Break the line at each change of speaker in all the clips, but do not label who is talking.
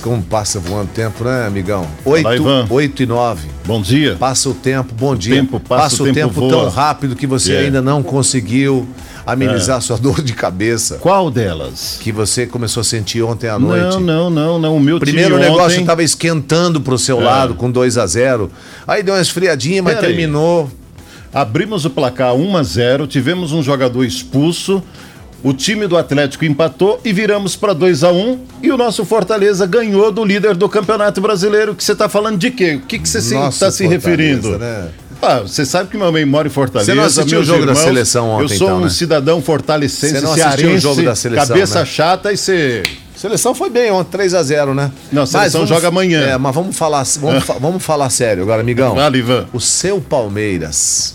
Como passa voando o tempo, né, amigão?
Fala, Ivan.
8, 8 e 9.
Bom dia.
Passa o tempo, bom dia.
Tempo passa, o tempo voa.
tão rápido que você
É.
ainda não conseguiu amenizar sua dor de cabeça
Qual delas?
que você começou a sentir ontem à noite.
Não, não, não, não. O meu
Primeiro o
time
negócio tá-
ontem... É.
estava esquentando pro seu lado com 2 a 0 Aí deu uma esfriadinha, mas
Pera aí.
terminou.
Abrimos o placar 1 a 0, tivemos um jogador expulso, o time do Atlético empatou e viramos para 2 a 1 e o nosso Fortaleza ganhou do líder do Campeonato Brasileiro. Que você tá falando de quê? O que que você
Nossa,
está Assim, tá se
Fortaleza,
referindo?
né?
Ah, você sabe que meu mãe mora em Fortaleza.
Você não assistiu o
meus
jogo da
irmãos,
seleção ontem,
Eu sou
então,
um
né?
cidadão fortalecense,
Você não
cearense,
assistiu o jogo da seleção,
cabeça
né?
chata e você...
Seleção foi bem ontem, 3 a 0 né?
Não, a
Mas
seleção joga amanhã.
É, mas vamos falar, vamos, fa- vamos falar sério agora, amigão.
Vale, Ivan.
O seu Palmeiras.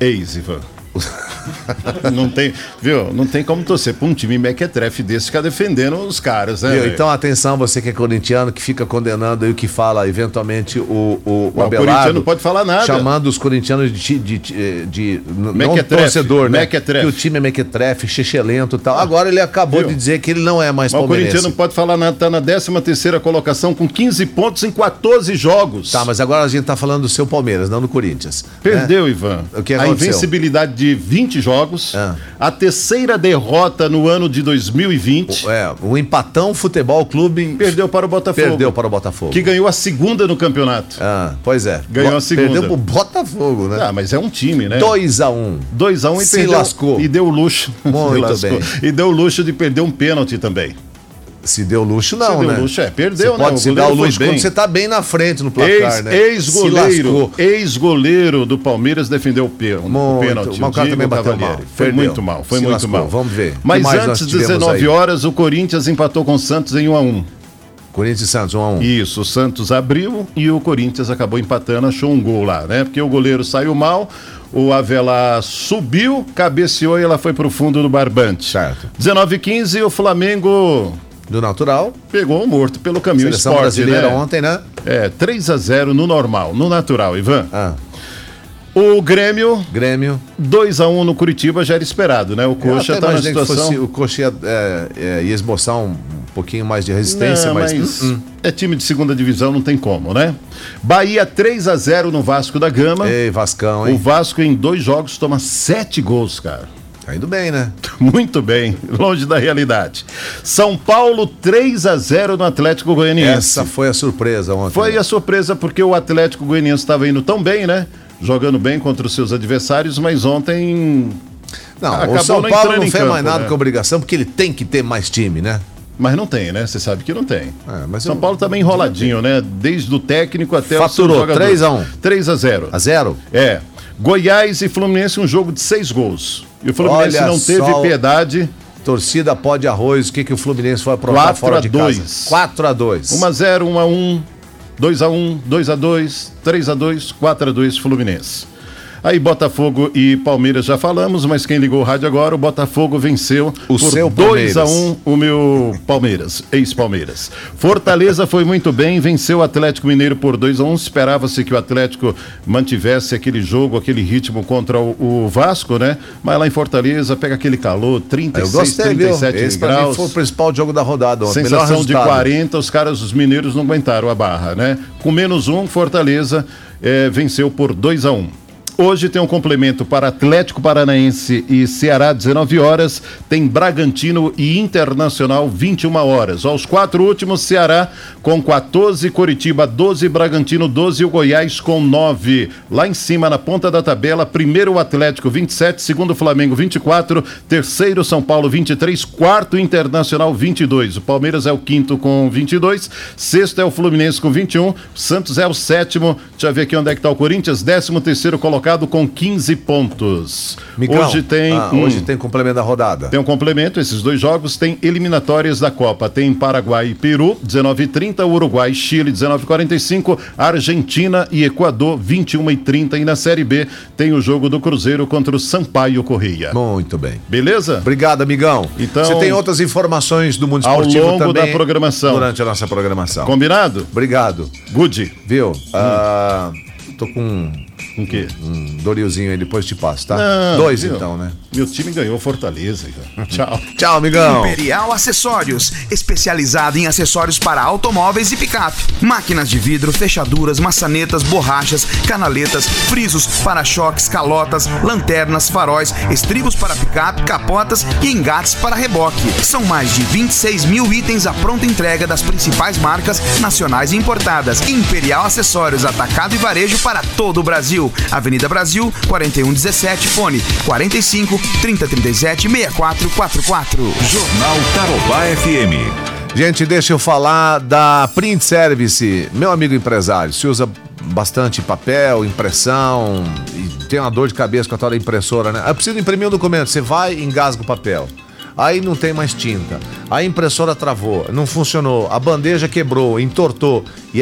Eis, Ivan. não tem, viu? Não tem como torcer pra um time mequetrefe desse ficar defendendo os caras, né?
Viu?
velho?
Então atenção, você que é corintiano, que fica condenando aí o que fala eventualmente o, o, o
o
Abelardo.
corintiano não pode falar nada.
Chamando os corintianos de, ti- de, ti- de, n- não
Mequetrefe,
torcedor, né?
mequetrefe.
Que o time é mequetrefe, xexelento e tal. Agora ele acabou
Viu?
de dizer que ele não é mais
Mas o Corinthians não
palmeirense.
pode falar nada, tá na 13 terceira colocação com 15 pontos em 14 jogos.
Tá, mas agora a gente tá falando do seu Palmeiras, não do Corinthians. né?
Perdeu, Ivan.
O que
a
aconteceu?
invencibilidade de 20 jogos,
Ah.
a terceira derrota no ano de 2020,
É, o empatão futebol clube
perdeu para o Botafogo.
perdeu para o Botafogo.
Que ganhou a segunda no campeonato.
Ah, pois é.
Ganhou a segunda.
Perdeu pro Botafogo, né?
Ah, mas é um time, né?
2 a 1 um.
2 a 1 um e
Se
perdeu.
lascou.
E deu o luxo.
Muito
Se lascou.
bem.
E deu o luxo de perder um pênalti também.
Se deu luxo, não,
deu
né?
luxo, é, perdeu,
Você
né?
Pode
O
se
goleiro
dar o
foi
luxo
bem.
quando você tá bem na frente no placar,
Ex-
né? Se
Ex-goleiro,
lascou.
ex-goleiro do Palmeiras defendeu o pê- o
Muito,
pênalti.
mas o cara
Diego
também bateu
Cavalieri.
mal.
Foi
Perdeu.
muito mal, foi
Se
muito
lascou.
mal.
Vamos ver. O que
Mas
mais nós
antes,
tivemos
19
aí?
horas, o Corinthians empatou com o Santos em 1 a 1
Corinthians e Santos, 1 um a 1 um.
Isso, o Santos abriu e o Corinthians acabou empatando, achou um gol lá, né? Porque o goleiro saiu mal, o Avelar subiu, cabeceou e ela foi pro fundo do barbante.
Certo.
19 e 15, o Flamengo
Do natural.
pegou o morto pelo caminho
Seleção
esporte,
brasileira
né?
ontem, né?
É, 3 a 0 no normal, no natural, Ivan.
Ah,
O Grêmio,
Grêmio.
2 a 1 no Curitiba já era esperado, né? O
Eu É, até
Coxa tá na
imaginei que
situação...
fosse- o Coxa ia, é, é, ia esboçar um pouquinho mais de resistência,
Não,
mas. hum,
mas é time de segunda divisão, não tem como, né? Bahia 3 a 0 no Vasco da Gama.
Ei, Vascão,
O
É, hein?
Vasco em dois jogos toma sete gols, cara.
Tá indo bem, né?
Muito bem, longe da realidade. São Paulo 3 a 0 no Atlético Goianiense.
Essa foi a surpresa ontem.
Foi
né?
a surpresa porque o Atlético Goianiense estava indo tão bem, né? Jogando bem contra os seus adversários, mas ontem.
Não,
Acabou
o São
não
Paulo
entrando
não
em
fez
campo,
mais nada
né?
com obrigação, porque ele tem que ter mais time, né?
Mas não tem, né? Você sabe que não tem.
É, mas
São
eu-
Paulo tá bem enroladinho, né? Desde o técnico até
Faturou,
o seu jogador.
3 a 1.
3 a 0.
A zero?
É. Goiás e Fluminense, um jogo de seis gols. E o Fluminense
Olha
não teve
só o-
piedade.
Torcida pó de arroz, o que, que o Fluminense foi aprontar
4
fora
a
de
2.
casa? 4 a 2
1x0, 1x1, 2x1, 2x2, 3x2, 4x2 Fluminense. Aí Botafogo e Palmeiras já falamos, mas quem ligou o rádio agora, o Botafogo venceu
O seu Palmeiras.
2x1 o meu Palmeiras, ex-Palmeiras. Fortaleza foi muito bem, venceu o Atlético Mineiro por 2x1. Esperava-se que o Atlético mantivesse aquele jogo, aquele ritmo contra o, o Vasco, né? Mas lá em Fortaleza pega aquele calor,
Eu
36,
gostei, viu?
37
Esse pra mim
graus.
foi o principal jogo da rodada ontem. Melhor
Sensação de
resultado.
40, os caras, os mineiros não aguentaram a barra, né? Com menos um, Fortaleza eh, venceu por 2 a 1 Hoje tem um complemento para Atlético Paranaense e Ceará, 19 horas. Tem Bragantino e Internacional, 21 horas. Aos quatro últimos, Ceará com 14, Curitiba 12, Bragantino 12 e o Goiás com 9. Lá em cima, na ponta da tabela, primeiro o Atlético 27, segundo o Flamengo 24, terceiro São Paulo 23, quarto Internacional 22. O Palmeiras é o quinto com 22, sexto é o Fluminense com 21, Santos é o sétimo. Deixa eu ver aqui onde é que tá o Corinthians, décimo terceiro colocado com 15 pontos.
Micão,
hoje tem,
ah,
um-
hoje tem complemento da rodada.
tem um complemento, esses dois jogos têm eliminatórias da Copa. Tem Paraguai e Peru, 19h30, Uruguai, e Chile, 19h45, Argentina e Equador, 21h30. E na Série B tem o jogo do Cruzeiro contra o Sampaio Correia.
Muito bem.
Beleza?
Obrigado, amigão.
Então-
Você tem outras informações do mundo
Ao
esportivo
longo
também
da programação.
Durante a nossa programação.
Combinado? Hum.
Obrigado.
Good.
Viu? Ah, tô com
Com o quê?
Um Dorilzinho aí, depois te passo, tá?
Não,
Dois
viu?
então, né?
Meu time ganhou Fortaleza. cara. Tchau.
Tchau, amigão.
Imperial Acessórios, especializada em acessórios para automóveis e picape. Máquinas de vidro, fechaduras, maçanetas, borrachas, canaletas, frisos, para-choques, calotas, lanternas, faróis, estribos para picape, capotas e engates para reboque. São mais de 26 mil itens à pronta entrega das principais marcas nacionais e importadas. Imperial Acessórios, atacado e varejo para todo o Brasil. Avenida Brasil, 4117, fone 45 3037 6444.
Jornal Tarobá FM.
Gente, deixa eu falar da Print Service. Meu amigo empresário, se usa bastante papel, impressão e tem uma dor de cabeça com a tal da impressora, né? Eu preciso imprimir um documento, você vai e engasga o papel. Aí não tem mais tinta. A impressora travou, não funcionou, a bandeja quebrou, entortou. E